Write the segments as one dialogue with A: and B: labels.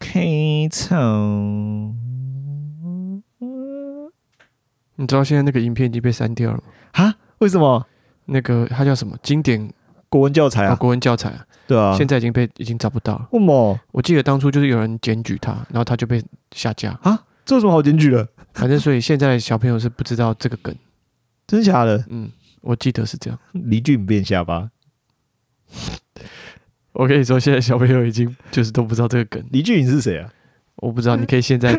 A: 黑头
B: 你知道现在那个影片已经被删掉了吗，
A: 啊？为什么？
B: 那个它叫什么经典
A: 国文教材
B: 啊
A: 啊？
B: 国文教材啊，
A: 对啊，
B: 现在已经被已经找不到了。
A: 为什么。
B: 我记得当初就是有人检举他，然后他就被下架
A: 啊？这有什么好检举的？
B: 反正所以现在的小朋友是不知道这个梗，
A: 真假的？
B: 嗯，我记得是这样。
A: 黎俊变下巴，
B: 我跟你说，现在小朋友已经就是都不知道这个梗，
A: 黎俊颖是谁啊？
B: 我不知道，你可以现在，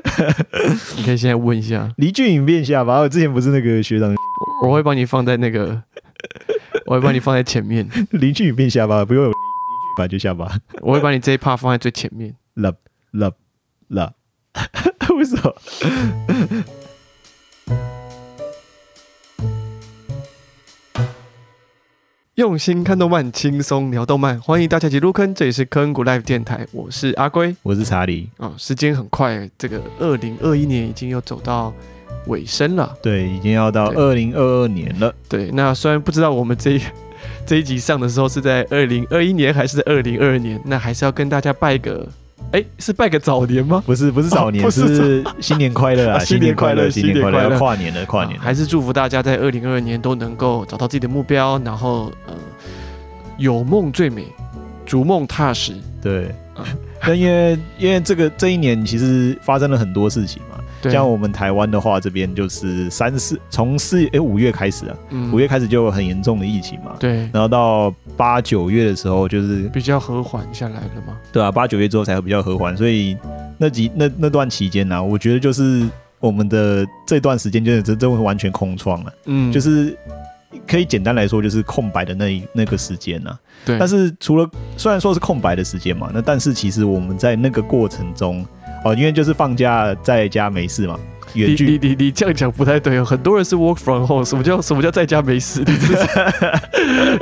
B: 你可以现在问一下，
A: 黎俊颖变下巴，我之前不是那个学长，
B: 我会帮你放在那个，我会帮你放在前面，
A: 黎俊颖变下巴，不用有黎黎俊颖吧就下巴，
B: 我会把你这一 part 放在最前面。
A: 啦啦啦， 为什么？
B: 用心看动漫，轻松聊动漫，欢迎大家一起入坑，这里是坑谷 Live 电台，我是阿龟
A: 我是查理，
B: 啊、时间很快，这个二零二一年已经又走到尾声了。
A: 对，已经要到
B: 对
A: 二零二二年了，
B: 对，那虽然不知道我们这一这一集上的时候是在二零二一年还是在二零二二年，那还是要跟大家拜个，哎，是拜个早年吗？
A: 不是不是早年，
B: 哦不是
A: 是新年快乐 啊！
B: 啊新年快乐
A: 新年快
B: 新年快乐
A: 要跨年了，跨年
B: 啊
A: 了，
B: 还是祝福大家在二零二二年都能够找到自己的目标，然后呃，有梦最美，逐梦踏实。
A: 对
B: 啊。
A: 但因为因为这个这一年其实发生了很多事情嘛，
B: 对，
A: 像我们台湾的话，这边就是三四从四诶五月开始啊，
B: 嗯
A: 五月开始就有很严重的疫情嘛，
B: 对
A: 然后到八九月的时候，就是
B: 比较和缓下来了嘛。
A: 对啊，八九月之后才会比较和缓，所以那几那那段期间呢、我觉得就是我们的这段时间真的真真的完全空窗了、
B: 嗯，
A: 就是可以简单来说就是空白的那一那个时间啊。
B: 对，
A: 但是除了虽然说是空白的时间嘛，那但是其实我们在那个过程中，哦，因为就是放假在家没事嘛，
B: 你
A: 远距
B: 你你你这样讲不太对哦，很多人是 work from home，什么叫什么叫在家没事？ 你这是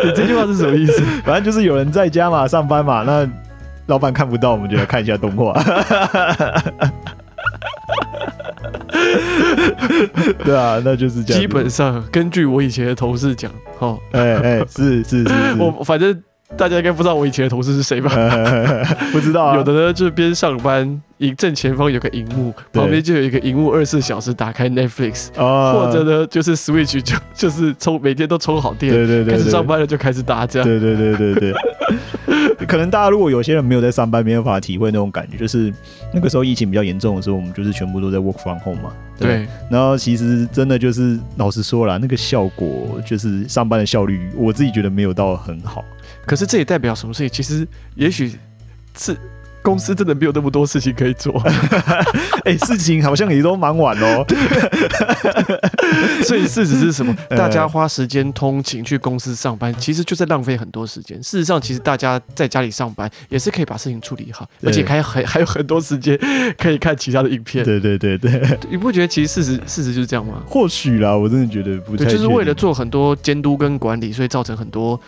B: 你这句话是什么意思？
A: 反正就是有人在家嘛，上班嘛，那老板看不到，我们就来看一下动画。 对啊，那就是这样子。
B: 基本上根据我以前的同事讲，哦，
A: 哎哎、是是是是，
B: 我反正大家应该不知道我以前的同事是谁吧？
A: 呃不知道啊。
B: 有的呢，就是边上班，一正前方有个荧幕，
A: 对
B: 旁边就有一个荧幕，二十四小时打开 Netflix，、
A: 哦，
B: 或者呢就是 Switch 就就是充每天都充好电，
A: 对对对，
B: 开始
A: 对
B: 上。班了就开始打 架。
A: 对对对对对，可能大家如果有些人没有在上班，没有办法体会那种感觉，就是那个时候疫情比较严重的时候，我们就是全部都在 work from home 嘛。
B: 对
A: 然后其实真的就是老实说啦，那个效果就是上班的效率，我自己觉得没有到很 好。
B: 可是这也代表什么事情？其实也许是公司真的没有那么多事情可以做，
A: 哎、事情好像也都忙完 哦。
B: 所以事实是什么？
A: 呃
B: 大家花时间通勤去公司上班，其实就在浪费很多时间。事实上，其实大家在家里上班也是可以把事情处理好，
A: 对
B: 而且还还还有很多时间可以看其他的影片。
A: 对对对对，
B: 你不觉得其实事实事实就是这样吗？
A: 或许啦，我真的觉得不太
B: 对，就是为
A: 确
B: 了
A: 定
B: 做很多监督跟管理，所以造成很多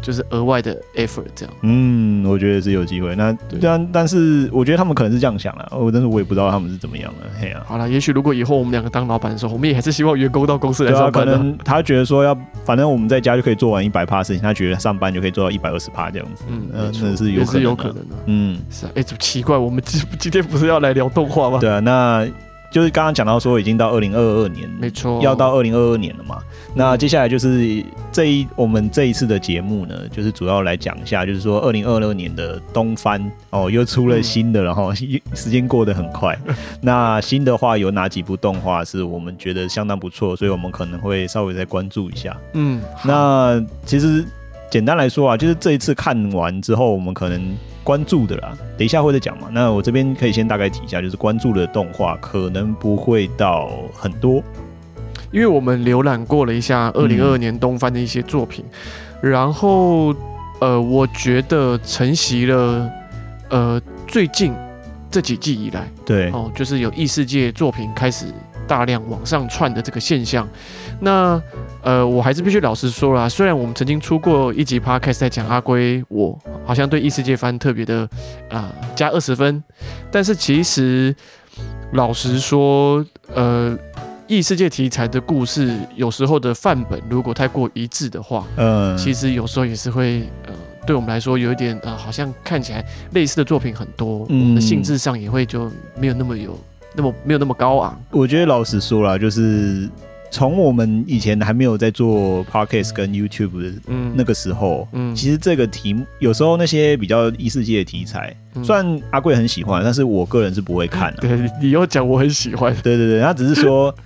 B: 就是额外的 effort 这样。
A: 嗯，我觉得是有机会。那
B: 对
A: 但但是我觉得他们可能是这样想啦，我但是我也不知道他们是怎么样的。嘿呀、啊。
B: 好了，也许如果以后我们两个当老板的时候，我们也还是希望员工到公司来
A: 对啊，
B: 上
A: 可
B: 班的。
A: 能他觉得说要，反正我们在家就可以做完一百趴事情，他觉得上班就可以做到一百二十趴这样子。
B: 嗯，
A: 呃
B: 没错
A: 那是有可
B: 也
A: 能
B: 是
A: 的
B: 有可能的、
A: 嗯，
B: 是啊，哎、怎么奇怪？我们今今天不是要来聊动画吗？
A: 对啊，那就是刚刚讲到说已经到二零二二年，
B: 没错，
A: 要到二零二二年了嘛。那接下来就是这一我们这一次的节目呢，就是主要来讲一下，就是说二零二二年的东番哦，又出了新的了哈，
B: 嗯
A: 时间过得很快。那新的话有哪几部动画是我们觉得相当不错，所以我们可能会稍微再关注一下。
B: 嗯，好
A: 那其实简单来说啊，就是这一次看完之后，我们可能关注的啦，等一下会再讲嘛。那我这边可以先大概提一下，就是关注的动画可能不会到很多，
B: 因为我们浏览过了一下二零二二年东番的一些作品，然后呃，我觉得承袭了呃最近这几季以来
A: 对，
B: 哦，就是有异世界作品开始大量往上窜的这个现象。那呃，我还是必须老实说啦，虽然我们曾经出过一集 podcast 在讲阿龟，我好像对异世界番特别的啊、呃加二十分，但是其实老实说，呃。异世界题材的故事，有时候的范本如果太过一致的话，
A: 嗯，
B: 其实有时候也是会呃对我们来说有一点呃，好像看起来类似的作品很多，我们的性质上也会就没有那么有那么没有那么高昂。
A: 嗯我觉得老实说啦，就是从我们以前还没有在做 podcast 跟 YouTube 的
B: 嗯，
A: 那个时候，
B: 嗯
A: 其实这个题目有时候那些比较异世界的题材，
B: 嗯
A: 虽然阿贵很喜欢，但是我个人是不会看啊的、
B: 对你你又讲我很喜欢，
A: 对对对，他只是说，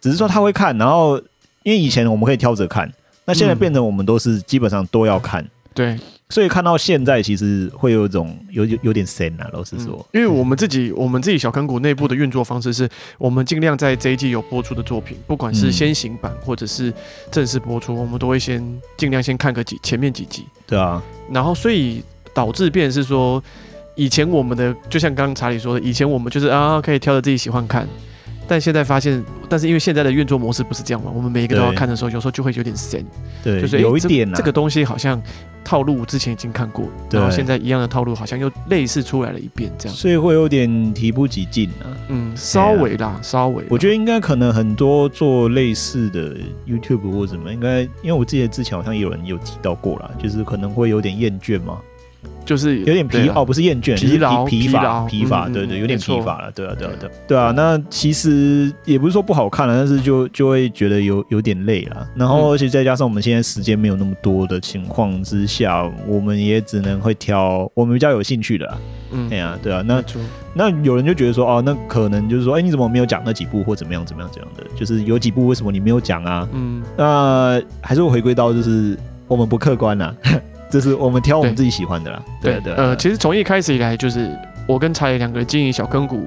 A: 只是说他会看，然后因为以前我们可以挑着看，那现在
B: 嗯
A: 变成我们都是基本上都要看，
B: 对，
A: 所以看到现在其实会有一种有有有点神啊，老实说。
B: 嗯因为我们自己我们自己小坑谷内部的运作方式是，我们尽量在这一季有播出的作品，不管是
A: 嗯
B: 先行版或者是正式播出，我们都会先尽量先看个几前面几集，
A: 对啊，
B: 然后所以导致变成是说，以前我们的就像刚刚查理说的，以前我们就是啊可以挑着自己喜欢看，但现在发现，但是因为现在的运作模式不是这样嘛，我们每一个都要
A: 对
B: 看的时候，有时候就会有点神，
A: 对，
B: 就是诶
A: 有一
B: 这
A: 点啊，
B: 这个东西好像套路之前已经看过，然后
A: 对
B: 现在一样的套路好像又类似出来了一遍这样，
A: 所以会有点提不及进啊。
B: 嗯，稍微啦，稍微啦，
A: 我觉得应该可能很多做类似的 YouTube 或什么，应该因为我记得之前好像有人有提到过啦，就是可能会有点厌倦嘛，
B: 就是
A: 有点疲
B: 对啦啊
A: 哦，不是厌倦，就是
B: 疲劳
A: 疲
B: 疲劳
A: 乏，疲乏，
B: 嗯
A: 对对，有点
B: 没错
A: 疲乏了，对啊，对啊，对啊，对啊。那其实也不是说不好看了，但是就就会觉得有有点累了。然
B: 嗯
A: 后而且再加上我们现在时间没有那么多的情况之下，我们也只能会挑我们比较有兴趣的啦。
B: 嗯
A: 哎，呀，对啊，
B: 没
A: 那
B: 错
A: 那有人就觉得说，哦，那可能就是说，哎、你怎么没有讲那几部或怎么样怎么样怎么样的？就是有几部为什么你没有讲啊？
B: 嗯，
A: 那、还是会回归到就是我们不客观 啦、就是我们挑我们
B: 对
A: 自己喜欢的啦。对啊对啊，
B: 呃，
A: 对啊
B: 其实从一开始以来，就是我跟查理两个人经营小坑谷，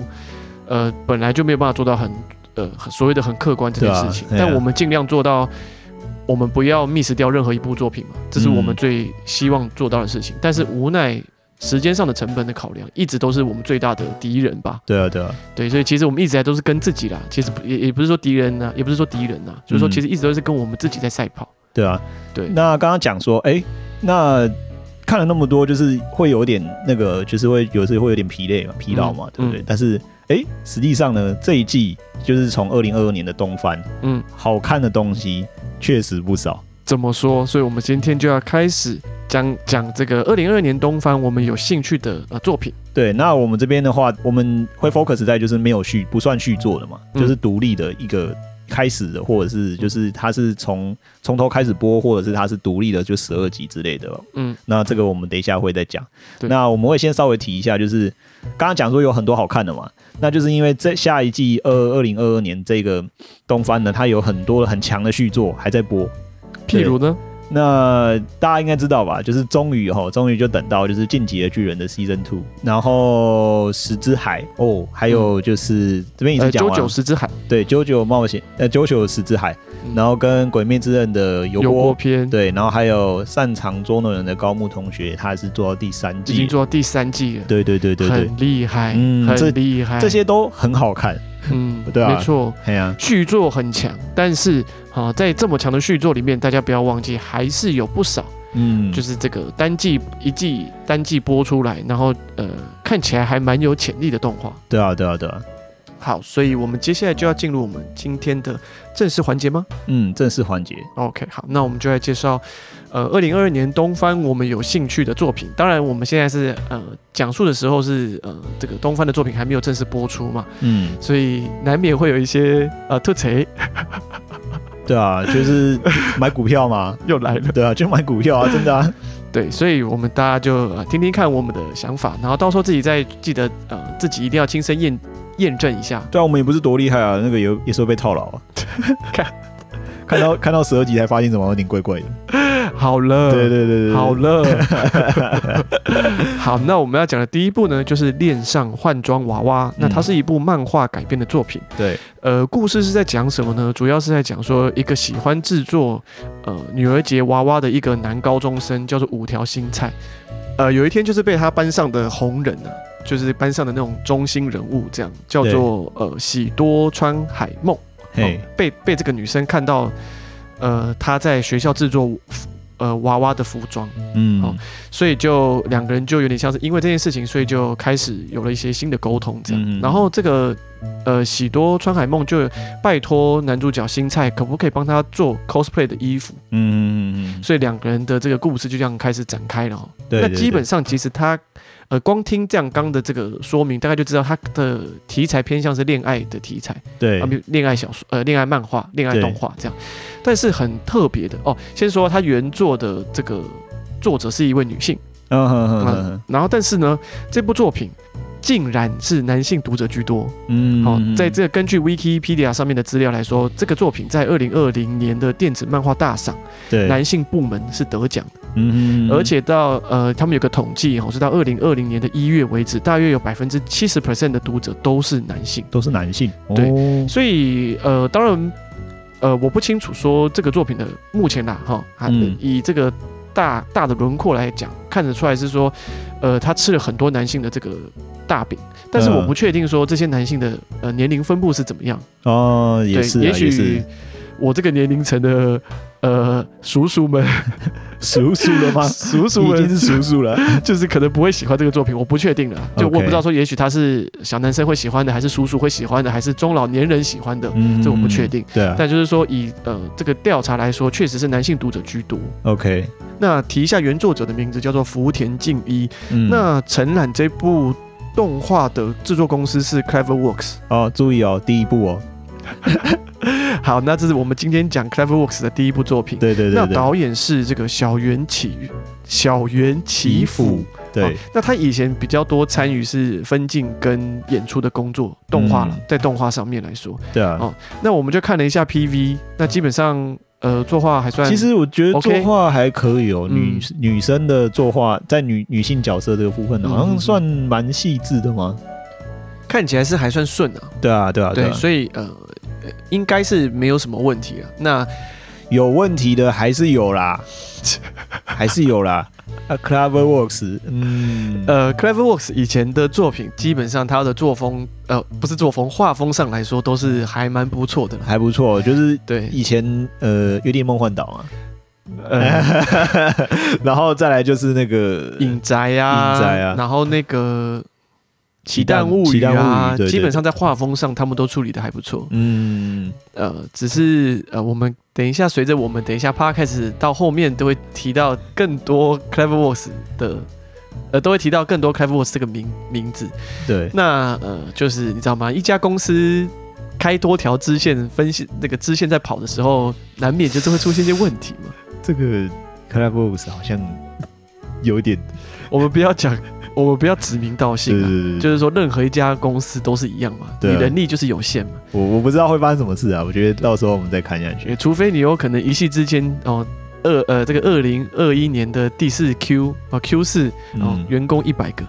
B: 呃，本来就没有办法做到很呃很所谓的很客观这件事情，
A: 对啊对啊
B: 但我们尽量做到，我们不要 miss 掉任何一部作品嘛，这是我们
A: 嗯
B: 最希望做到的事情。但是无奈时间上的成本的考量，一直都是我们最大的敌人吧。
A: 对啊，对啊，
B: 对，所以其实我们一直来都是跟自己啦，其实不也也不是说敌人啊呐、也不是说敌人呐、就是说
A: 嗯
B: 其实一直都是跟我们自己在赛跑。
A: 对啊。
B: 对
A: 那刚刚讲说，哎、那看了那么多，就是会有点那个，就是会有时候会有点疲累嘛，疲劳嘛，
B: 嗯
A: 对不对？
B: 嗯
A: 但是，哎、实际上呢，这一季就是从二零二二年的东翻，
B: 嗯，
A: 好看的东西确实不少。
B: 怎么说，所以我们今天就要开始讲讲这个二零二二年东方我们有兴趣的呃作品。
A: 对，那我们这边的话，我们会 focus 在就是没有续不算续作的嘛，
B: 嗯
A: 就是独立的一个开始的，或者是就是它是从从头开始播，或者是它是独立的，就十二集之类的。
B: 嗯，
A: 那这个我们等一下会再讲。
B: 对
A: 那我们会先稍微提一下，就是刚刚讲说有很多好看的嘛，那就是因为这下一季二二零二二年这个东番呢，它有很多很强的续作还在播。
B: 譬如呢，
A: 那大家应该知道吧？就是终于哈，终于就等到就是《进击的巨人》的 Season Two，然后《十之海》哦，还有就是、这边已经
B: 嗯呃，
A: 讲
B: 九
A: 完了，
B: 九十之海
A: 对《九九冒险》呃，《九九十之海》
B: 嗯
A: 然后跟《鬼灭之刃》的油
B: 有
A: 锅
B: 过，篇，
A: 对，然后还有擅长捉弄人的高木同学，他是做到第三
B: 已
A: 季
B: 经
A: 了，
B: 做到第三季了，
A: 对对对对对，
B: 很厉害，
A: 嗯这
B: 很厉害。
A: 这些都很好看，
B: 嗯，
A: 对啊
B: 没错，
A: 哎呀、
B: 续作很强，但是啊、在这么强的续作里面，大家不要忘记，还是有不少
A: 嗯，
B: 就是这个单季一季单季播出来，然后呃看起来还蛮有潜力的动画。
A: 对啊对啊对啊，
B: 好，所以我们接下来就要进入我们今天的正式环节吗
A: 嗯，正式环节，
B: ？OK，好，那我们就来介绍，呃，二零二二年东方我们有兴趣的作品。当然，我们现在是呃讲述的时候是呃这个东方的作品还没有正式播出嘛，
A: 嗯，
B: 所以难免会有一些呃特锤
A: 对啊，就是买股票嘛，
B: 又 来了。
A: 对啊，就买股票啊，真的 啊。
B: 对，所以我们大家就、呃、听听看我们的想法，然后到时候自己再记得呃自己一定要亲身验验证一下。
A: 对啊，我们也不是多厉害啊，那个也也是会被套牢啊。
B: 看
A: 看到看到十二集才发现怎么有点怪怪的。
B: 好了，
A: 对对对对，对
B: 好，了， 好，那我们要讲的第一部呢，就是《恋上换装娃娃》。那它
A: 嗯
B: 是一部漫画改编的作品。
A: 对，
B: 呃，故事是在讲什么呢？主要是在讲说一个喜欢制作呃女儿节娃娃的一个男高中生，叫做五条新菜。呃，有一天就是被他班上的红人啊，就是班上的那种中心人物，这样叫做呃喜多川海梦。
A: 嘿
B: 哦，被被这个女生看到，呃，她在学校制作呃娃娃的服装，好
A: 嗯
B: 所以就两个人就有点像是因为这件事情，所以就开始有了一些新的沟通这样。
A: 嗯嗯嗯
B: 然后这个呃喜多川海梦就拜托男主角新菜可不可以帮他做 cosplay 的衣服，
A: 嗯嗯嗯，
B: 所以两个人的这个故事就这样开始展开了、哦。
A: 对，
B: 那
A: 对
B: 基
A: 对
B: 本上其实他呃光听这样刚的这个说明，大概就知道他的题材偏向是恋爱的题材。
A: 对嗯
B: 啊，比如恋爱小说、呃，恋爱漫画、恋爱
A: 对
B: 动画这样，但是很特别的哦。先说它原作的这个作者是一位女性，
A: 嗯哼哼
B: 嗯、
A: 哼哼
B: 然后但是呢，这部作品竟然是男性读者居多。
A: 嗯，
B: 哦，
A: 嗯
B: 在这个根据 Wikipedia 上面的资料来说，这个作品在二零二零年的电子漫画大赏
A: 对，
B: 男性部门是得奖，
A: 嗯嗯嗯
B: 而且到呃，他们有个统计哦，是到二零二零年的一月为止，大约有百分之七十 percent 的读者都是男性。
A: 都是男性，
B: 对
A: 哦，
B: 所以呃，当然，呃，我不清楚说这个作品的目前啦，哈，还
A: 嗯
B: 以这个大大的轮廓来讲，看得出来是说，呃，他吃了很多男性的这个大饼，但是我
A: 嗯
B: 不确定说这些男性的呃年龄分布是怎么样，
A: 哦，也是啊，
B: 对，也
A: 也是
B: 许我这个年龄层的呃叔叔们，？
A: 叔叔了吗
B: 叔叔
A: 已经
B: 们
A: 是叔叔了，
B: 就是可能不会喜欢这个作品，我不确定了，就我
A: OK
B: 不知道说，也许他是小男生会喜欢的，还是叔叔会喜欢的，还是中老年人喜欢的，
A: 嗯，
B: 这我不确定。
A: 对啊
B: 但就是说以，呃这个调查来说，确实是男性读者居多。
A: ，OK，
B: 那提一下原作者的名字，叫做福田敬一。
A: 嗯，
B: 那承揽这部动画的制作公司是 CleverWorks。
A: 哦，注意哦，第一步哦，
B: 好，那这是我们今天讲 CleverWorks 的第一部作品。
A: 对对对
B: 那
A: 对，
B: 导演是这个小原启小原启辅。
A: 对
B: 哦，那他以前比较多参与是分镜跟演出的工作，动画了，
A: 嗯
B: 在动画上面来说，
A: 对啊
B: 哦。那我们就看了一下 PV，那基本上呃作画还算，
A: 其实我觉得
B: OK
A: 作画还可以哦，女
B: 嗯
A: 女生的作画在女女性角色这个部分，
B: 嗯
A: 好
B: 嗯
A: 像
B: 嗯
A: 算蛮细致的嘛。
B: 看起来是还算顺啊，
A: 对啊，对啊，
B: 对，
A: 啊。
B: 所以呃，呃应该是没有什么问题啊。那
A: 有问题的还是有 啦，还是有啦。啊，CloverWorks，嗯，
B: 呃，CleverWorks 以前的作品，基本上它的作风，呃，不是作风，画风上来说都是还蛮不错的啦。
A: 还不错，就是
B: 对，
A: 以哎前呃，有点梦幻岛嘛，
B: 呃，嗯
A: 然后再来就是那个
B: 影宅啊，
A: 影宅啊
B: 然后那个《奇
A: 奇蛋
B: 蛋物
A: 奇
B: 语》
A: 蛋物
B: 啊，
A: 语对对
B: 基本上在画风上他们都处理的还不错。
A: 嗯，
B: 呃，只是呃，我们等一下随着我们等一下 p 开始到后面都会提到更多 CleverWorks 的，呃，都会提到更多 CleverWorks 这个名名字。
A: 对，
B: 那呃，就是你知道吗？一家公司开多条支线分析那个支线在跑的时候，难免就是会出现一些问题嘛。
A: 这个 CloverWorks 好像有点，
B: 我们不要讲，我们不要指名道姓啊。
A: 是
B: 就是说，任何一家公司都是一样嘛，你
A: 对啊
B: 能力就是有限嘛，
A: 我我不知道会发生什么事啊，我觉得到时候我们再看下去。
B: 也除非你有可能一夕之间哦，二呃这个二零二一年的第四 Q 哦 Q 四哦、
A: 嗯，
B: 员工一百个，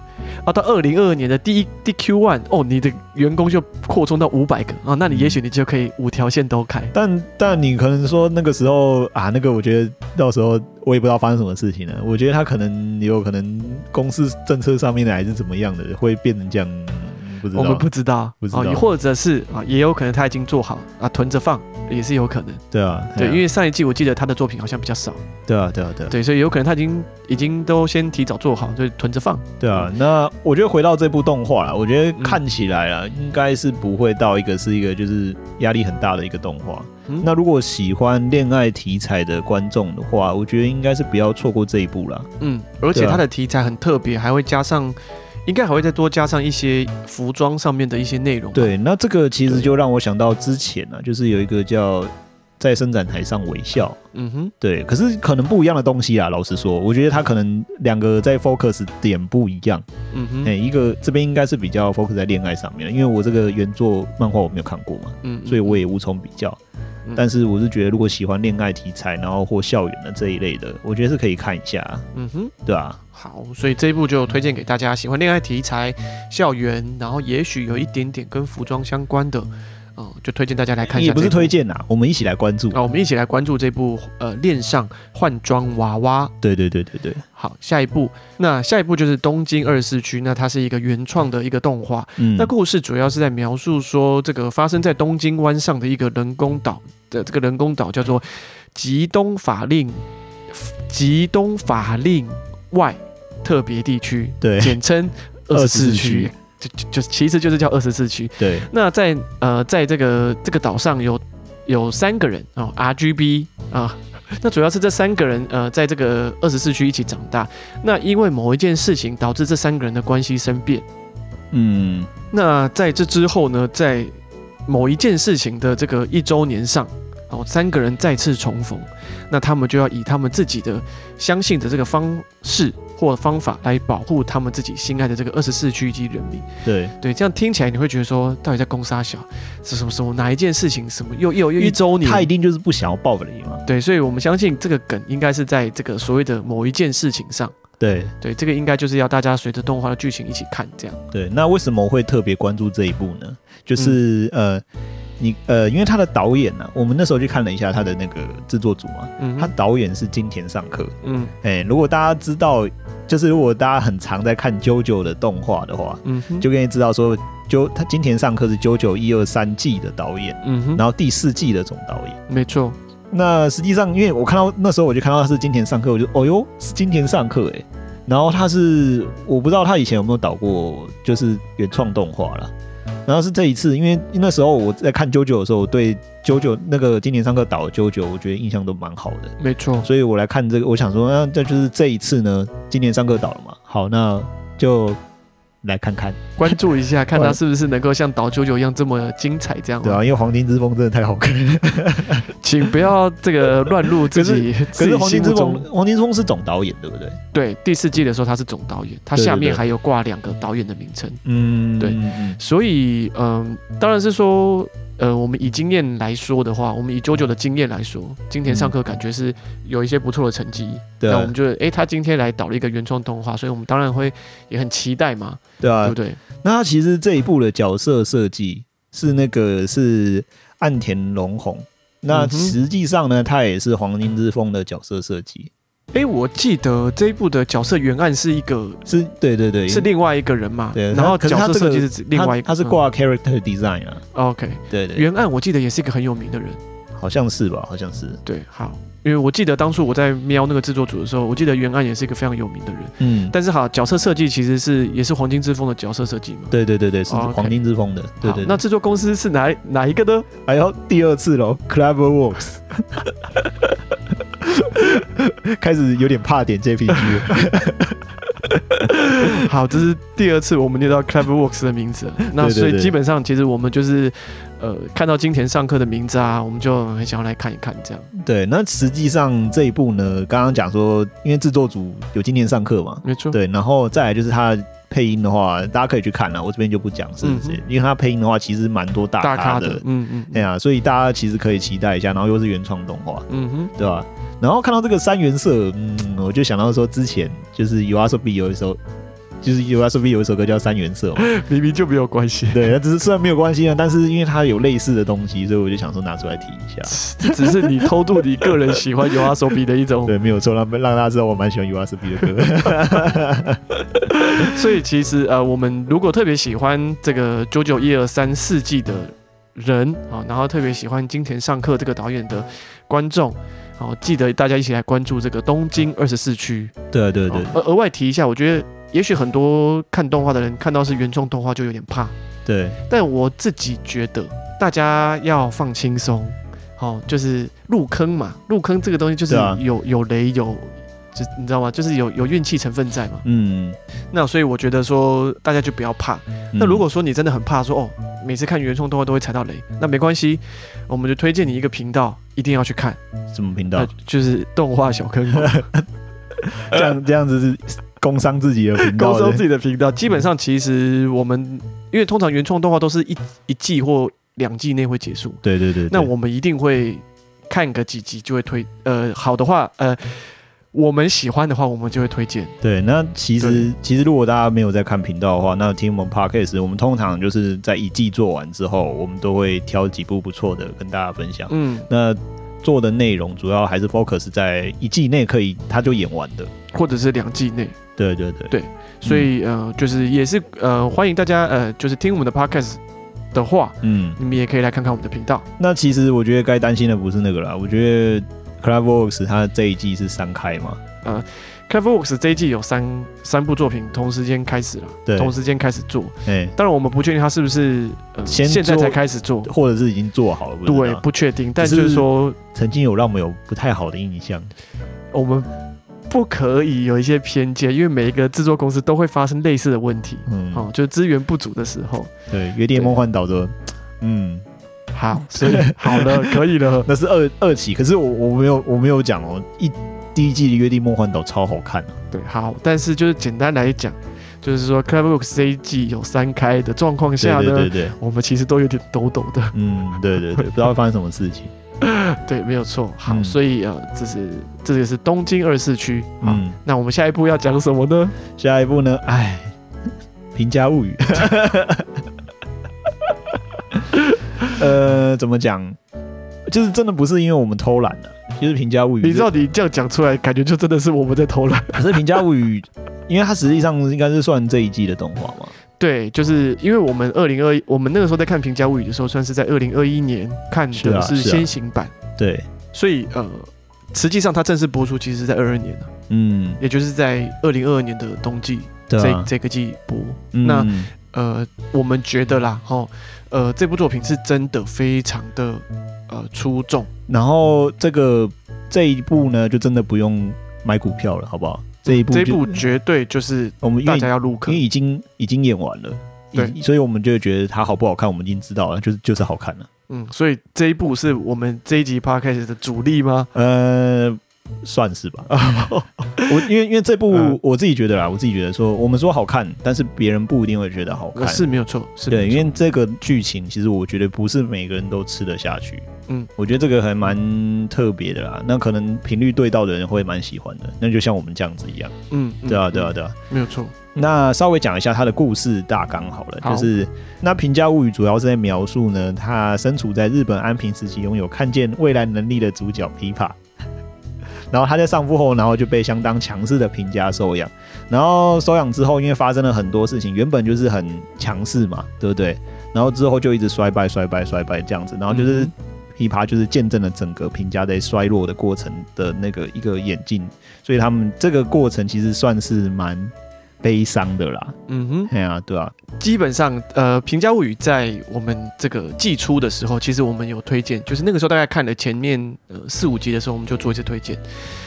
B: 啊到二零二二年的第一第 Q one 哦你的员工就扩充到五百个啊，
A: 嗯
B: 那你也许你就可以五条线都开，
A: 但但你可能说那个时候啊，那个我觉得到时候我也不知道发生什么事情了。我觉得他可能也有可能公司政策上面的还是怎么样的，会变成这样，嗯不知
B: 我们
A: 道
B: 不。知道，
A: 不知道
B: 哦，或者是啊，也有可能他已经做好啊，囤着放也是有可能。
A: 对啊，
B: 对，
A: 啊
B: 因为上一季我记得他的作品好像比较少，
A: 对啊，对啊，对啊，
B: 对，所以有可能他已经已经都先提早做好，就囤着放。
A: 对啊。那我觉得回到这部动画啦，我觉得看起来啦，应该是不会到一个是一个就是压力很大的一个动画。
B: 嗯
A: 那如果喜欢恋爱题材的观众的话，我觉得应该是不要错过这一部啦。
B: 嗯，而且
A: 对啊
B: 他的题材很特别，还会加上，应该还会再多加上一些服装上面的一些内容。，
A: 对，那这个其实就让我想到之前呢、啊，就是有一个叫《在伸展台上微笑》，
B: 嗯哼，
A: 对，可是可能不一样的东西啊。老实说，我觉得它可能两个在 focus 点不一样。
B: 嗯哼，
A: 哎、一个这边应该是比较 focus 在恋爱上面的，因为我这个原作漫画我没有看过嘛，
B: 嗯，
A: 所以我也无从比较。
B: 嗯
A: 但是我是觉得，如果喜欢恋爱题材，然后或校园的这一类的，我觉得是可以看一下啊，
B: 嗯哼。
A: 对吧、
B: 好，所以这一部就推荐给大家喜欢恋爱题材、校园，然后也许有一点点跟服装相关的，嗯，就推荐大家来看一下。
A: 也不是推荐呐，我们一起来关注。
B: 啊，我们一起来关注这部呃恋上换装娃娃。
A: 对对对 对对，
B: 好，下一步，那下一步就是东京二四区，那它是一个原创的一个动画。
A: 嗯，
B: 那故事主要是在描述说，这个发生在东京湾上的一个人工岛的这个人工岛叫做极东法令极东法令外特别地区，
A: 对
B: 简称二四
A: 24
B: 区
A: 区。
B: 就就就其实就是叫二十四区。
A: 对，
B: 那在呃，在这个这个岛上有有三个人哦，RGB 啊、 那主要是这三个人呃，在这个二十四区一起长大。那因为某一件事情导致这三个人的关系生变。
A: 嗯，
B: 那在这之后呢，在某一件事情的这个一周年上，哦，三个人再次重逢，那他们就要以他们自己的相信的这个方式或方法来保护他们自己心爱的这个二十四区以及人民。
A: 对，
B: 对，这样听起来你会觉得说，到底在攻杀小是什么什么哪一件事情？什么又又又一周年？
A: 他一定就是不想要报你嘛。
B: 对，所以我们相信这个梗应该是在这个所谓的某一件事情上。
A: 对
B: 对，这个应该就是要大家随着动画的剧情一起看这样。
A: 对，那为什么我会特别关注这一部呢？
B: 嗯
A: 就是、呃，你呃，因为他的导演呢、我们那时候去看了一下他的那个制作组嘛，
B: 嗯哼，
A: 他导演是金田尚克。
B: 嗯
A: 哎、如果大家知道，就是如果大家很常在看 JoJo 的动画的话，
B: 嗯哼，
A: 就可以知道说，就他金田尚克是 JoJo 一二三季的导演，
B: 嗯哼，
A: 然后第四季的总导演。
B: 没错，
A: 那实际上，因为我看到那时候我就看到他是金田上课，我就哦哟是金田上课哎。然后他是我不知道他以前有没有导过，就是原创动画啦。然后是这一次，因为那时候我在看啾啾的时候，我对啾啾那个今年上课导的啾啾，我觉得印象都蛮好的。
B: 没错，
A: 所以我来看这个，我想说，那这就是这一次呢，今年上课导了嘛，好，那就来看看，
B: 关注一下，看他是不是能够像岛九九一样这么精彩这样。
A: 对啊，，因为《黄金之风》真的太好看了。
B: 请不要这个乱入自 己
A: 可
B: 自
A: 是
B: 己
A: 《黄金
B: 心
A: 之
B: 目
A: 风
B: 中》。
A: 《黄金之风》是总导演对不对？
B: 对，第四季的时候他是总导演，他
A: 对对
B: 下面
A: 对
B: 还有挂两个导演的名称。
A: 嗯，
B: 对
A: 嗯嗯
B: 所以，嗯、当然是说，呃，我们以经验来说的话，我们以九九的经验来说，今天上课感觉是有一些不错的成绩。
A: 对
B: 那我
A: 啊
B: 们，觉得，诶，他今天来导了一个原创动画，所以我们当然会也很期待嘛，
A: 对啊
B: 对不，对？
A: 那他其实这一部的角色设计是那个是岸田龙宏，那
B: 嗯哼
A: 实际上呢，他也是《黄金之风》的角色设计，
B: 诶，我记得这一部的角色原案是一个
A: 是对对对，
B: 是另外一个人嘛，
A: 对
B: 然
A: 他
B: 后
A: 可是
B: 角
A: 他
B: 色
A: 这
B: 设
A: 个
B: 计是指另外一个，
A: 他他是
B: 嗯、
A: 挂 character design 啊，
B: OK
A: 对对，
B: 原案，我记得也是一个很有名的人。
A: 好像是吧，好像是，
B: 对，好，因为我记得当初我在瞄那个制作组的时候，我记得原案也是一个非常有名的人。
A: 嗯，
B: 但是好，角色设计其实是也是黄金之风的角色设计嘛。
A: 对对对对，是
B: 哦，OK
A: 黄金之风的，对
B: 好
A: 对，
B: 那制作公司是哪哪一个呢？
A: 还要第二次喽，Cleverworks，开始有点怕点 JPG 了，
B: 好，这是第二次我们念到 Cleverworks 的名 字了。那
A: 对对
B: 所以
A: 对
B: 基本上，其实我们就是呃看到金田上课的名字啊，我们就很想要来看一看这样。
A: 对，那实际上这一部呢，刚刚讲说，因为制作组有今天上课嘛，
B: 没错，
A: 对，然后再来就是它的配音的话，大家可以去看啦，我这边就不讲是谁，
B: 嗯
A: 因为它配音的话其实蛮多大
B: 大
A: 咖
B: 咖
A: 的，
B: 的，嗯嗯
A: 对啊，所以大家其实可以期待一下，然后又是原创动画，
B: 嗯哼，
A: 对吧、然后看到这个三原色，嗯，我就想到说之前就是 U R S B 有一首，就是 U R S B 有一首歌叫三原色嘛，
B: 明明就没有关 系，
A: 对，那只是虽然没有关系啊，但是因为它有类似的东西，所以我就想说拿出来提一下。
B: 这只是你偷渡你个人喜欢有阿手比的一种
A: 对，没有错，让让大家知道我蛮喜欢 U R S B 的歌。
B: 所以其实呃，我们如果特别喜欢这个九九一二三四季的人啊、然后特别喜欢金田上课这个导演的观众。哦，记得大家一起来关注这个东京二十四区。
A: 对对对
B: 哦额、额外提一下，我觉得也许很多看动画的人看到是原创动画就有点怕，
A: 对，
B: 但我自己觉得大家要放轻松，好、就是入坑嘛，入坑这个东西就是
A: 对啊
B: 有、有雷有，就你知道吗？就是有有运气成分在嘛。
A: 嗯。
B: 那所以我觉得说大家就不要怕，那
A: 嗯
B: 如果说你真的很怕说哦，每次看原创动画都会踩到雷，那没关系，我们就推荐你一个频道，一定要去看，
A: 什么频道
B: 那？就是动画小坑口，
A: 这样这样子是工伤自己的频道
B: 高收
A: 的
B: 自己的频
A: 嗯
B: 道。基本上其实我们因为通常原创动画都是一一季或两季内会结束，
A: 对对对，对
B: 那我们一定会看个几集就会推，呃，好的话，呃，我们喜欢的话我们就会推荐，
A: 对那其实
B: 对
A: 其实如果大家没有在看频道的话，那听我们 podcast，我们通常就是在一季做完之后，我们都会挑几部不错的跟大家分享。
B: 嗯，
A: 那做的内容主要还是 focus 在一季内可以它就演完的。
B: 或者是两季内。
A: 对对对
B: 对所以
A: 嗯
B: 呃，就是也是呃，欢迎大家呃，就是听我们的 podcast 的话，
A: 嗯，
B: 你们也可以来看看我们的频道。
A: 那其实我觉得该担心的不是那个啦，我觉得 c l a v o x 它这一季是三开嘛，
B: CleverWorks 这一季有三三部作品同时间开始了，
A: 对，
B: 同时间开始做。
A: 哎，
B: 当然，我们不确定它是不是、呃、
A: 先
B: 现在
A: 做
B: 才开始做，
A: 或者是已经做好了，不知道
B: 对，不确定。但
A: 只
B: 就是是说，
A: 曾经有让我们有不太好的印象，
B: 我们不可以有一些偏见，因为每一个制作公司都会发生类似的问题。
A: 嗯，
B: 哦，就是资源不足的时候。
A: 对，《约定梦幻岛》的，嗯，
B: 好，所以 好了，可以了。
A: 那是二二期，可是我我没有我没有讲哦，一第一季的《约定梦幻岛》超好看、啊，
B: 对，好，但是就是简单来讲，就是说 CleverWorks 这一季有三开的状况
A: 对
B: 下呢，
A: 对对对，
B: 我们其实都有点抖抖的。
A: 嗯，对对对，不知道会发生什么事情，
B: 对，没有错。好，
A: 嗯
B: 所以呃，这是这个是东京二市区。好，
A: 嗯，
B: 那我们下一步要讲什么呢？
A: 下一步呢，哎，《平家物语》， 呃，怎么讲，就是真的不是因为我们偷懒了、啊就是《平家物语》，
B: 你知道你这样讲出来，感觉就真的是我们在偷懒。
A: 可是《平家物语》，因为它实际上应该是算这一季的动画嘛，
B: 对，就是因为我们二零二一，我们那个时候在看《平家物语》的时候，算是在二零二一年看
A: 是啊
B: 的是
A: 是啊
B: 先行版，
A: 对，
B: 所以呃，实际上它正式播出其实是在二二年的，啊
A: 嗯，
B: 也就是在二零二二年的冬季、
A: 对
B: 这
A: 啊，
B: 这个季播。
A: 嗯
B: 那呃，我们觉得啦，哈，呃，这部作品是真的非常的呃出众。
A: 然后这个这一步呢，就真的不用买股票了，好不好？这一步
B: 嗯这
A: 就
B: 一部绝对就是
A: 我们因
B: 大
A: 为
B: 家要入坑
A: 因为，已经已经演完了，
B: 对
A: 已，所以我们就会觉得它好不好看，我们已经知道了，就是就是好看了。
B: 嗯，所以这一部是我们这一集 podcast 的主力吗？
A: 呃，算是吧。 我因为因为这部
B: 嗯
A: 我自己觉得啦，我自己觉得说我们说好看，但是别人不一定会觉得好看。
B: 呃是没有错，是没有
A: 对，
B: 错
A: 因为这个剧情其实我觉得不是每个人都吃得下去。
B: 嗯，
A: 我觉得这个还蛮特别的啦。那可能频率对到的人会蛮喜欢的，那就像我们这样子一样。
B: 嗯，嗯
A: 对啊，对，啊，
B: 嗯
A: 对啊。
B: 没有错，
A: 那稍微讲一下它的故事大纲好了，
B: 好
A: 就是那《平家物语》主要是在描述呢，他身处在日本安平时期，拥有看见未来能力的主角琵琶。 然后他在丧夫后，然后就被相当强势的平家收养。然后收养之后，因为发生了很多事情，原本就是很强势嘛，对不对？然后之后就一直衰败、衰败、衰败这样子。然后就是
B: 嗯
A: 琵琶，就是见证了整个平家在衰落的过程的那个一个演进。所以他们这个过程其实算是蛮悲伤的啦。
B: 嗯哼，
A: 哎呀、对啊，
B: 基本上，呃，《平家物语》在我们这个季初的时候，其实我们有推荐，就是那个时候大概看了前面呃四五集的时候，我们就做一次推荐。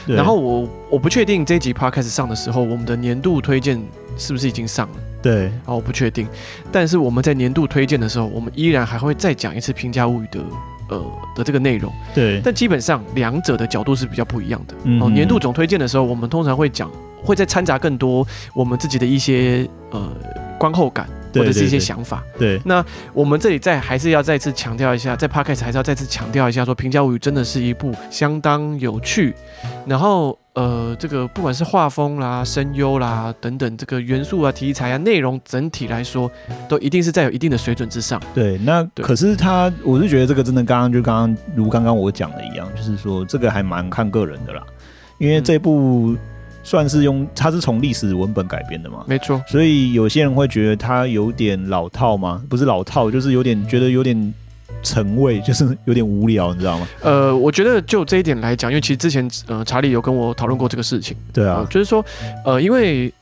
A: 对
B: 然后我我不确定这一集 podcast 上的时候，我们的年度推荐是不是已经上了。
A: 对，
B: 啊，我不确定。但是我们在年度推荐的时候，我们依然还会再讲一次《平价物语》的呃的这个内容，
A: 对，
B: 但基本上两者的角度是比较不一样的。
A: 嗯
B: 哦，年度总推荐的时候，我们通常会讲，会再掺杂更多我们自己的一些呃观后感。
A: 对
B: 或者是一些
A: 对
B: 想法，
A: 对，
B: 我们这里再还是要再次强调一下，在 podcast 还是要再次强调一下，说《平价物语》真的是一部相当有趣，然后呃，这个不管是画风啦、声优啦等等，这个元素啊、题材啊、内容，整体来说都一定是在有一定的水准之上。
A: 对，那
B: 对
A: 可是他，我是觉得这个真的，刚刚就刚刚如刚刚我讲的一样，就是说这个还蛮看个人的啦，因为
B: 嗯
A: 这部算是用它是从历史文本改编的嘛，
B: 没错，
A: 所以有些人会觉得它有点老套吗？不是老套，就是有点觉得有点沉味，就是有点无聊，你知道吗？
B: 呃，我觉得就这一点来讲，因为其实之前呃查理有跟我讨论过这个事情，
A: 对
B: 呃
A: 啊，
B: 就是说呃，因为。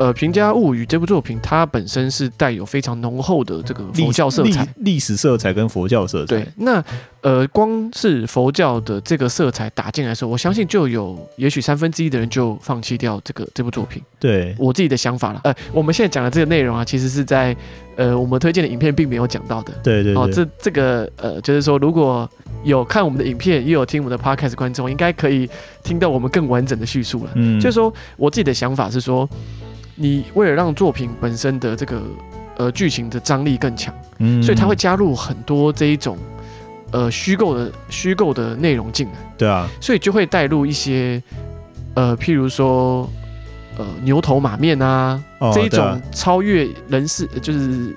B: 呃，《平家物语》这部作品，它本身是带有非常浓厚的这个
A: 历
B: 佛教色彩，
A: 历历史色彩跟佛教色彩，
B: 对，那呃，光是佛教的这个色彩打进来的时候，我相信就有也许三分之一的人就放弃掉这个这部作品。
A: 对
B: 我自己的想法啦，呃，我们现在讲的这个内容啊，其实是在呃我们推荐的影片并没有讲到的。
A: 对对
B: 哦，
A: 对，
B: 这这个呃，就是说，如果有看我们的影片，也有听我们的 podcast 观众，应该可以听到我们更完整的叙述了。
A: 嗯，
B: 就是说我自己的想法是说，你为了让作品本身的这个呃剧情的张力更强，
A: 嗯，
B: 所以它会加入很多这一种呃虚构的虚构的内容进来，
A: 对啊，
B: 所以就会带入一些呃，譬如说呃牛头马面啊、
A: 哦
B: 这一
A: 对啊
B: 种超越人世，呃就是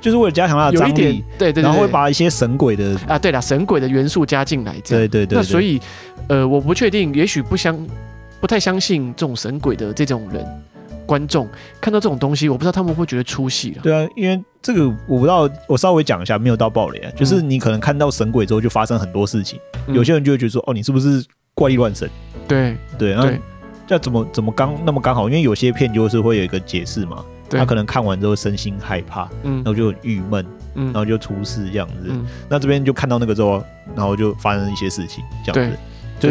A: 就是为了加强它的
B: 有一
A: 张
B: 点
A: 力，
B: 对对对，
A: 然后会
B: 对
A: 把一些神鬼的，
B: 啊对了神鬼的元素加进来，这样
A: 对对对，
B: 那所
A: 对
B: 以呃，我不确定，也许不相不太相信这种神鬼的这种人。观众看到这种东西，我不知道他们会觉得出戏了。
A: 对啊，因为这个我不知道，我稍微讲一下，没有到暴雷啊，就是你可能看到神鬼之后就发生很多事情，
B: 嗯
A: 有些人就会觉得说，哦，你是不是怪力乱神？
B: 对
A: 对，
B: 对
A: 那那怎么怎么刚那么刚好？因为有些片就是会有一个解释嘛，
B: 对
A: 他可能看完之后身心害怕，
B: 嗯
A: 然后就很郁闷，
B: 嗯
A: 然后就出事这样子。
B: 嗯，
A: 那这边就看到那个之后，然后就发生一些事情这样子，
B: 对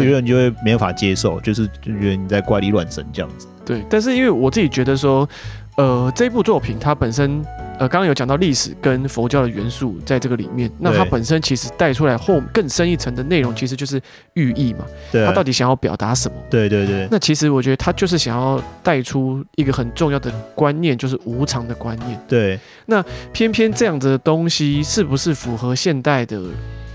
A: 所以有人就会没有法接受，就是就觉得你在怪力乱神这样子。
B: 对。但是因为我自己觉得说，呃，这部作品它本身，呃，刚刚有讲到历史跟佛教的元素在这个里面，那它
A: 对
B: 本身其实带出来后更深一层的内容，其实就是寓意嘛，
A: 对
B: 它
A: 啊，
B: 到底想要表达什么？
A: 对对对
B: 那其实我觉得他就是想要带出一个很重要的观念，就是无常的观念。
A: 对
B: 偏偏这样子的东西是不是符合现代的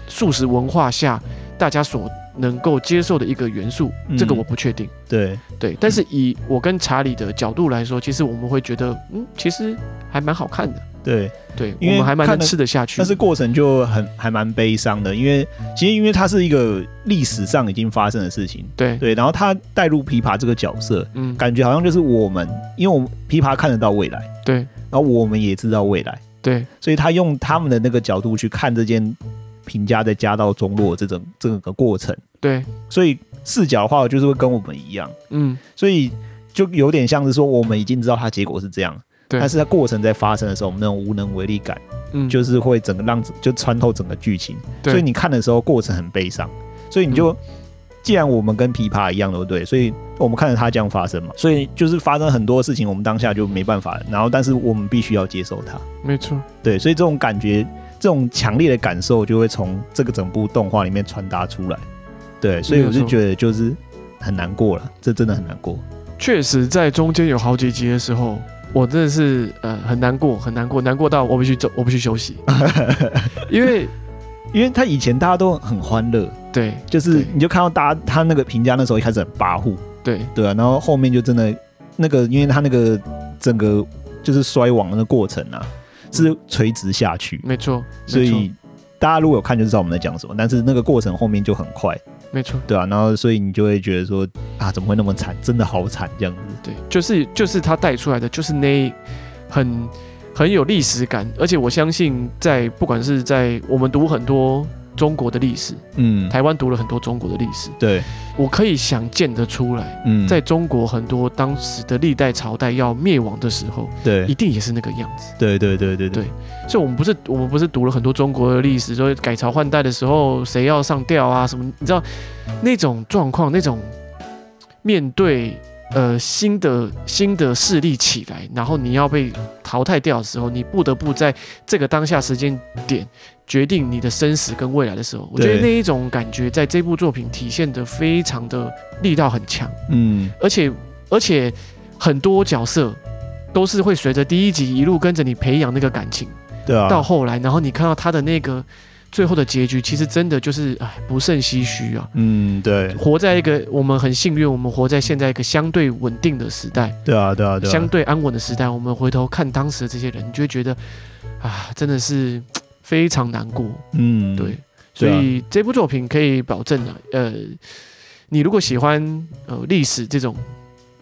B: 素食文化下大家所能够接受的一个元素？
A: 嗯
B: 这个我不确定。
A: 对
B: 对，但是以我跟查理的角度来说，其实我们会觉得，嗯，其实还蛮好看的。
A: 对，
B: 对，我
A: 因为
B: 们还蛮
A: 看
B: 能
A: 得
B: 吃得下去
A: 但。是过程就很还蛮悲伤的，因为
B: 嗯
A: 其实因为它是一个历史上已经发生的事情，
B: 对，
A: 对，然后他带入琵琶这个角色，
B: 嗯，
A: 感觉好像就是我们，因为我们琵琶看得到未来，
B: 对，
A: 然后我们也知道未来，
B: 对，
A: 所以他用他们的那个角度去看这件评价，再加到中落这种这个过程，
B: 对，
A: 所以视角的话就是会跟我们一样，
B: 嗯，
A: 所以就有点像是说我们已经知道它结果是这样，
B: 对
A: 但是它过程在发生的时候，我们那种无能为力感，
B: 嗯，
A: 就是会整个让就穿透整个剧情，
B: 对嗯
A: 所以你看的时候过程很悲伤，所以你就、既然我们跟琵琶一样，对不对？所以我们看着它这样发生嘛，所以就是发生很多事情，我们当下就没办法，然后但是我们必须要接受它，
B: 没错，
A: 对，所以这种感觉，这种强烈的感受就会从这个整部动画里面传达出来，对，所以我
B: 没
A: 就
B: 有错
A: 觉得就是很难过了，这真的很难过，
B: 确实在中间有好几集的时候。我真的是呃很难过，很难过，难过到我必须走，我必须 休息，因为
A: 因为他以前大家都很欢乐，
B: 对
A: 就是
B: 对
A: 你就看到大家他那个评价那时候一开始很跋扈。
B: 对
A: 对啊，然后后面就真的那个，因为他那个整个就是摔网的那个过程啊，是垂直下去，
B: 没错，
A: 所
B: 嗯没错
A: 以大家如果有看就知道我们在讲什么。但是那个过程后面就很快，
B: 没错，
A: 对啊，然后所以你就会觉得说啊，怎么会那么惨？真的好惨这样子。
B: 对，就是就是他带出来的，就是那很很有历史感，而且我相信在不管是在我们读很多中国的历史，
A: 嗯，
B: 台湾读了很多中国的历史，
A: 对，
B: 我可以想见得出来，
A: 嗯，
B: 在中国很多当时的历代朝代要灭亡的时候，一
A: 对
B: 定也是那个样子。
A: 对对对对
B: 对所以，我们不是我们不是读了很多中国的历史，说改朝换代的时候谁要上吊啊什么？你知道那种状况，那种面对呃新的新的势力起来，然后你要被淘汰掉的时候，你不得不在这个当下时间点决定你的生死跟未来的时候，我觉
A: 对
B: 得那一种感觉在这部作品体现的非常的力道很强。
A: 嗯，
B: 而且而且很多角色都是会随着第一集一路跟着你培养那个感情，
A: 对啊，
B: 到后来，然后你看到他的那个最后的结局，其实真的就是哎不胜唏嘘啊。
A: 嗯，对
B: 活在一个我们很幸运，我们活在现在一个相对稳定的时代，
A: 对啊，对啊，对
B: 相
A: 啊，
B: 对安稳的时代。我们回头看当时的这些人，你就会觉得啊，真的是非常难过。
A: 嗯，
B: 对，，所以这部作品可以保证啊，呃，你如果喜欢呃历史这种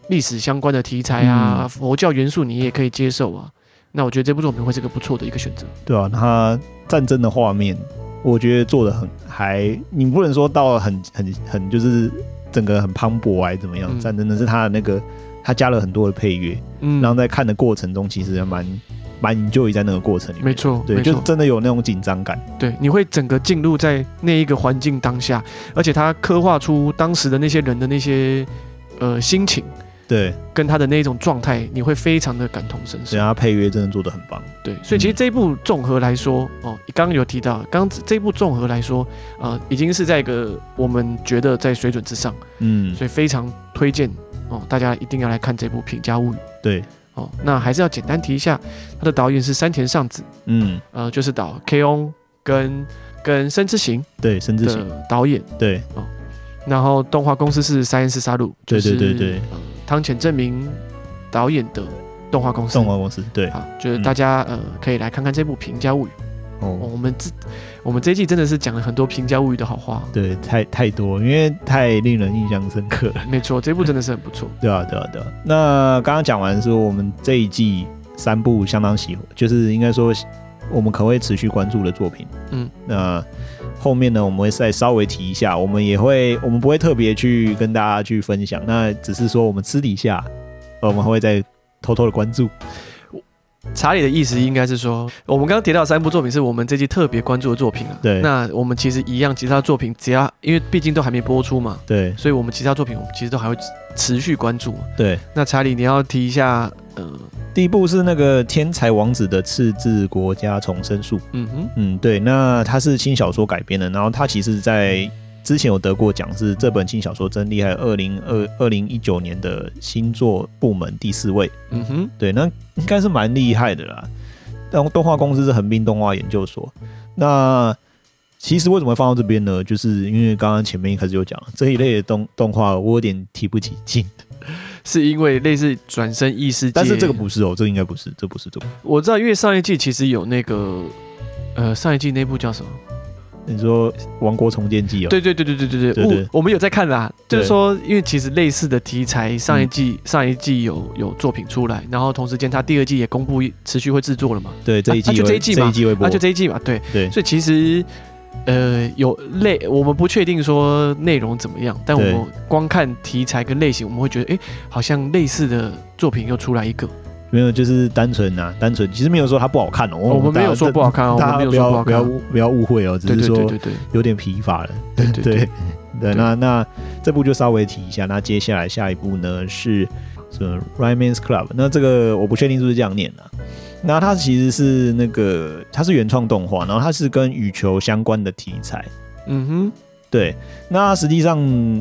B: 历史相关的题材啊，
A: 嗯
B: 佛教元素你也可以接受啊，那我觉得这部作品会是个不错的一个选择。
A: 对啊，他战争的画面，我觉得做的很还，你不能说到很很很就是整个很磅礴还是怎么样，
B: 嗯
A: 战争的是他的那个他加了很多的配乐，
B: 嗯，
A: 然后在看的过程中其实还蛮蛮 enjoy 在那个过程里面，
B: 没，错，
A: 对，
B: 没
A: 就
B: 错
A: 是，真的有那种紧张感，
B: 对，你会整个进入在那一个环境当下，而且他刻画出当时的那些人的那些呃心情。
A: 对，
B: 跟他的那种状态，你会非常的感同身受
A: 所以。他配乐真的做的很棒，
B: 对，所以
A: 嗯
B: 其实这一部综合来说，哦，刚刚有提到，刚刚这一部综合来说，呃，已经是在一个我们觉得在水准之上，
A: 嗯，
B: 所以非常推荐哦，大家一定要来看这部《评价物语》
A: 对，
B: 哦。那还是要简单提一下，它的导演是山田尚子，
A: 嗯，
B: 呃，就是导《K O》跟跟《深之行
A: 对，甚》至行，
B: 的导演，
A: 对，
B: 然后动画公司是三 S 杀戮，
A: 对
B: 就是
A: 对对对
B: 呃，汤浅证明导演的动画公司
A: 动。画公司，对，
B: 啊，就是大家、呃可以来看看这部《评价物语》。哦
A: 哦。
B: 我们这我们这一季真的是讲了很多评价物语的好 话，
A: 对，太太多，因为太令人印象深刻了。
B: 没错，这部真的是很不错。
A: 对啊，对啊，对啊。那刚刚讲完说，我们这一季三部相当喜欢，就是应该说我们可能会持续关注的作品。
B: 嗯，
A: 那后面呢，我们会再稍微提一下，我们也会，我们不会特别去跟大家去分享，那只是说我们私底下，呃我们会再偷偷的关注。
B: 查理的意思应该是说，我们刚刚提到的三部作品是我们这季特别关注的作品啊。
A: 对
B: 那我们其实一样，其他作品只要因为毕竟都还没播出嘛，
A: 对
B: 所以我们其他作品我们其实都还会持续关注嘛。
A: 对，
B: 那查理，你要提一下，呃，
A: 第一部是那个天才王子的赤字国家重生术。
B: 嗯哼，
A: 嗯，对，那它是轻小说改编的，然后它其实在之前有得过奖，是这本轻小说真厉害，二零二二零一九年的新作部门第四位，
B: 嗯哼，
A: 对，那应该是蛮厉害的啦。但动画公司是横滨动画研究所，那其实为什么会放到这边呢？就是因为刚刚前面一开始有讲这一类的动动画，我有点提不起劲，
B: 是因为类似转身异世界，
A: 但是这个不是哦，这个应该不是，这不是这不是。
B: 我知道，因为上一季其实有那个，呃，上一季那部叫什么？
A: 你说《王国重建记》哦？
B: 对对对对对对
A: 对
B: 对，
A: 对
B: 我我们有在看啦。
A: 对
B: 就是说，因为其实类似的题材，上一季、上一季有有作品出来，然后同时间它第二季也公布持续会制作了嘛，
A: 对，这一季
B: 啊就
A: 会
B: 这一季嘛
A: 这一季会播，
B: 啊，就这一季嘛，对，
A: 对
B: 所以其实。呃，有类我们不确定说内容怎么样，但我
A: 对
B: 们光看题材跟类型，我们会觉得，哎、好像类似的作品又出来一个。
A: 没有，就是单纯啊，单纯。其实没有说它不好看哦，
B: 我们没有说不好看哦，我
A: 大家
B: 们没有
A: 不
B: 说不
A: 要
B: 好
A: 不
B: 看
A: 要。误不要误会哦，只
B: 对
A: 是
B: 对对
A: 说
B: 对对
A: 有点疲乏了。
B: 对 对
A: 对
B: 对，
A: 对，那那这部就稍微提一下。那接下来下一部呢是什么 Ryman's Club？那这个我不确定是不是这样念啊。那它其实是那个它是原创动画，然后它是跟羽球相关的题材。
B: 嗯哼。
A: 对，那实际上，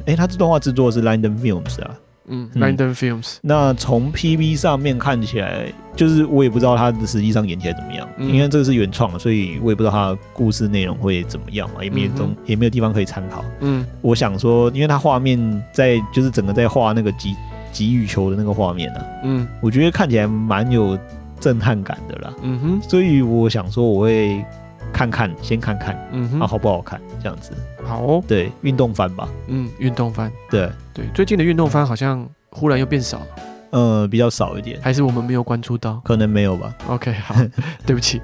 A: 诶，它这动画制作是 London Films 啊，
B: 嗯
A: 嗯
B: ，Random Films，
A: 那从 PV 上面看起来，就是我也不知道它实际上演起来怎么样，
B: 嗯
A: 因为这个是原创，所以我也不知道它的故事内容会怎么样嘛，也没有东、
B: 嗯
A: 也没有地方可以参考。
B: 嗯
A: 我想说，因为它画面在就是整个在画那个极极羽球的那个画面啊，
B: 嗯
A: 我觉得看起来蛮有震撼感的啦，
B: 嗯哼
A: 所以我想说我会看看，先看看
B: 嗯哼，
A: 啊好不好看这样子，
B: 好哦，
A: 对，运动番吧，
B: 嗯，运动番，
A: 对，
B: 对，最近的运动番好像忽然又变少了，
A: 呃，比较少一点，
B: 还是我们没有关注到
A: 可能没有吧。
B: ？OK，好， 对不起，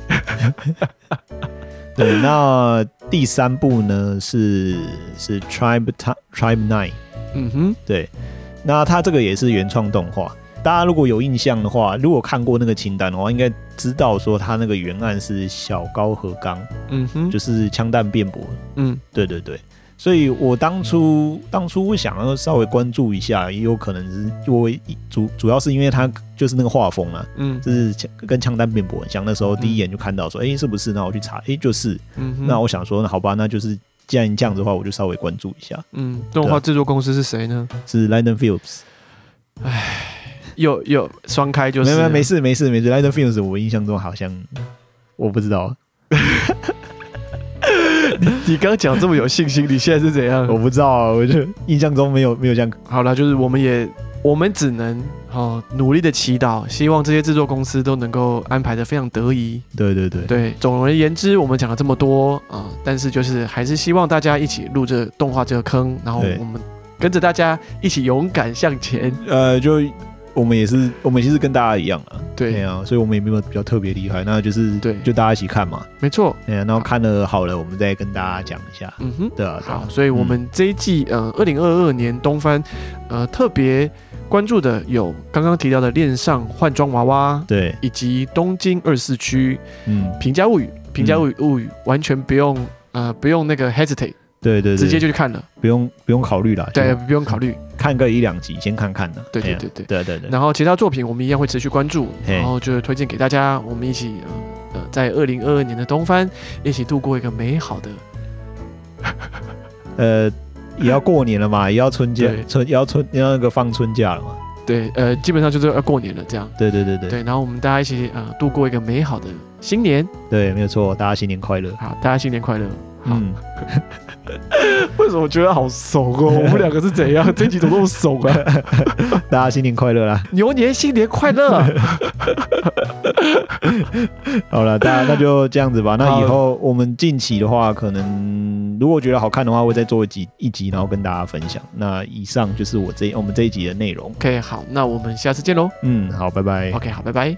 A: 对，那第三部呢是是 Tribe Ti- Tribe Nine，
B: 嗯哼，
A: 对，那它这个也是原创动画。大家如果有印象的话，如果看过那个清单的话，应该知道说它那个原案是小高和刚，
B: 嗯哼，
A: 就是枪弹辩驳。
B: 嗯
A: 对对对，所以我当初当初会想要稍微关注一下，也有可能是我主主要是因为它就是那个画风啊，
B: 嗯
A: 就是枪跟枪弹辩驳很像。那时候第一眼就看到说，哎、是不是？那我去查，哎、就是。
B: 嗯哼，
A: 那我想说，那好吧，那就是既然这样子的话，我就稍微关注一下，
B: 嗯，动画制作公司是谁呢？
A: 是 London Films。
B: 又又双开就是
A: 没
B: 了，
A: 没没事没事没事，London Films 我印象中好像我不知道，
B: 你刚讲这么有信心，你现在是怎样？
A: 我不知道啊，我就印象中没有没有这样。
B: 好了，就是我们也我们只能哦努力的祈祷，希望这些制作公司都能够安排的非常得宜。
A: 对对对，
B: 对，总而言之，我们讲了这么多啊、但是就是还是希望大家一起入这动画这个坑，然后
A: 对
B: 我们跟着大家一起勇敢向前。
A: 呃，就我们也是，我们其实跟大家一样啊，对
B: 对，
A: 啊，所以我们也没有比较特别厉害，那就是
B: 对
A: 就大家一起看嘛，
B: 没错。
A: 哎呀，然后看了好了，我们再跟大家讲一下，
B: 嗯哼，
A: 对啊，对啊
B: 好，所以我们这一季呃，二零二二年东番呃特别关注的有刚刚提到的恋上换装娃娃，
A: 对，
B: 以及东京二四区
A: 嗯，
B: 平价物语，平价物语物语完全不用呃不用那个 hesitate，
A: 对对对，
B: 直接就去看了，
A: 不用不用考虑了，
B: 对，
A: 就
B: 不用考虑。
A: 看个一两集先看看呢，
B: 对
A: 哎
B: 对
A: 呀
B: 对对。
A: 对对对，
B: 然后其他作品我们一样会持续关注，
A: 嘿
B: 然后就是推荐给大家，我们一起呃呃在二零二二年的东番一起度过一个美好的
A: 呃，也要过年了 嘛，也要春假
B: 对，
A: 春也要春也要那个放春假了嘛。
B: 对呃基本上就是要过年了这样
A: 对对对对
B: 对，然后我们大家一起呃度过一个美好的新年，
A: 对，没有错，大家新年快乐。
B: 好，大家新年快乐。好
A: 嗯，
B: 为什么觉得好怂 哦？我们两个是怎样？这集怎么那么怂啊？
A: 大家新年快乐啦！
B: 牛年新年快乐！
A: 好了，大家那就这样子吧。那
B: 好
A: 以后我们近期的话，可能如果觉得好看的话，会再做一集一集，然后跟大家分享。那以上就是我这我们这一集的内容。
B: OK，好，那我们下次见喽。
A: 嗯，好，拜拜。
B: OK，好，拜拜。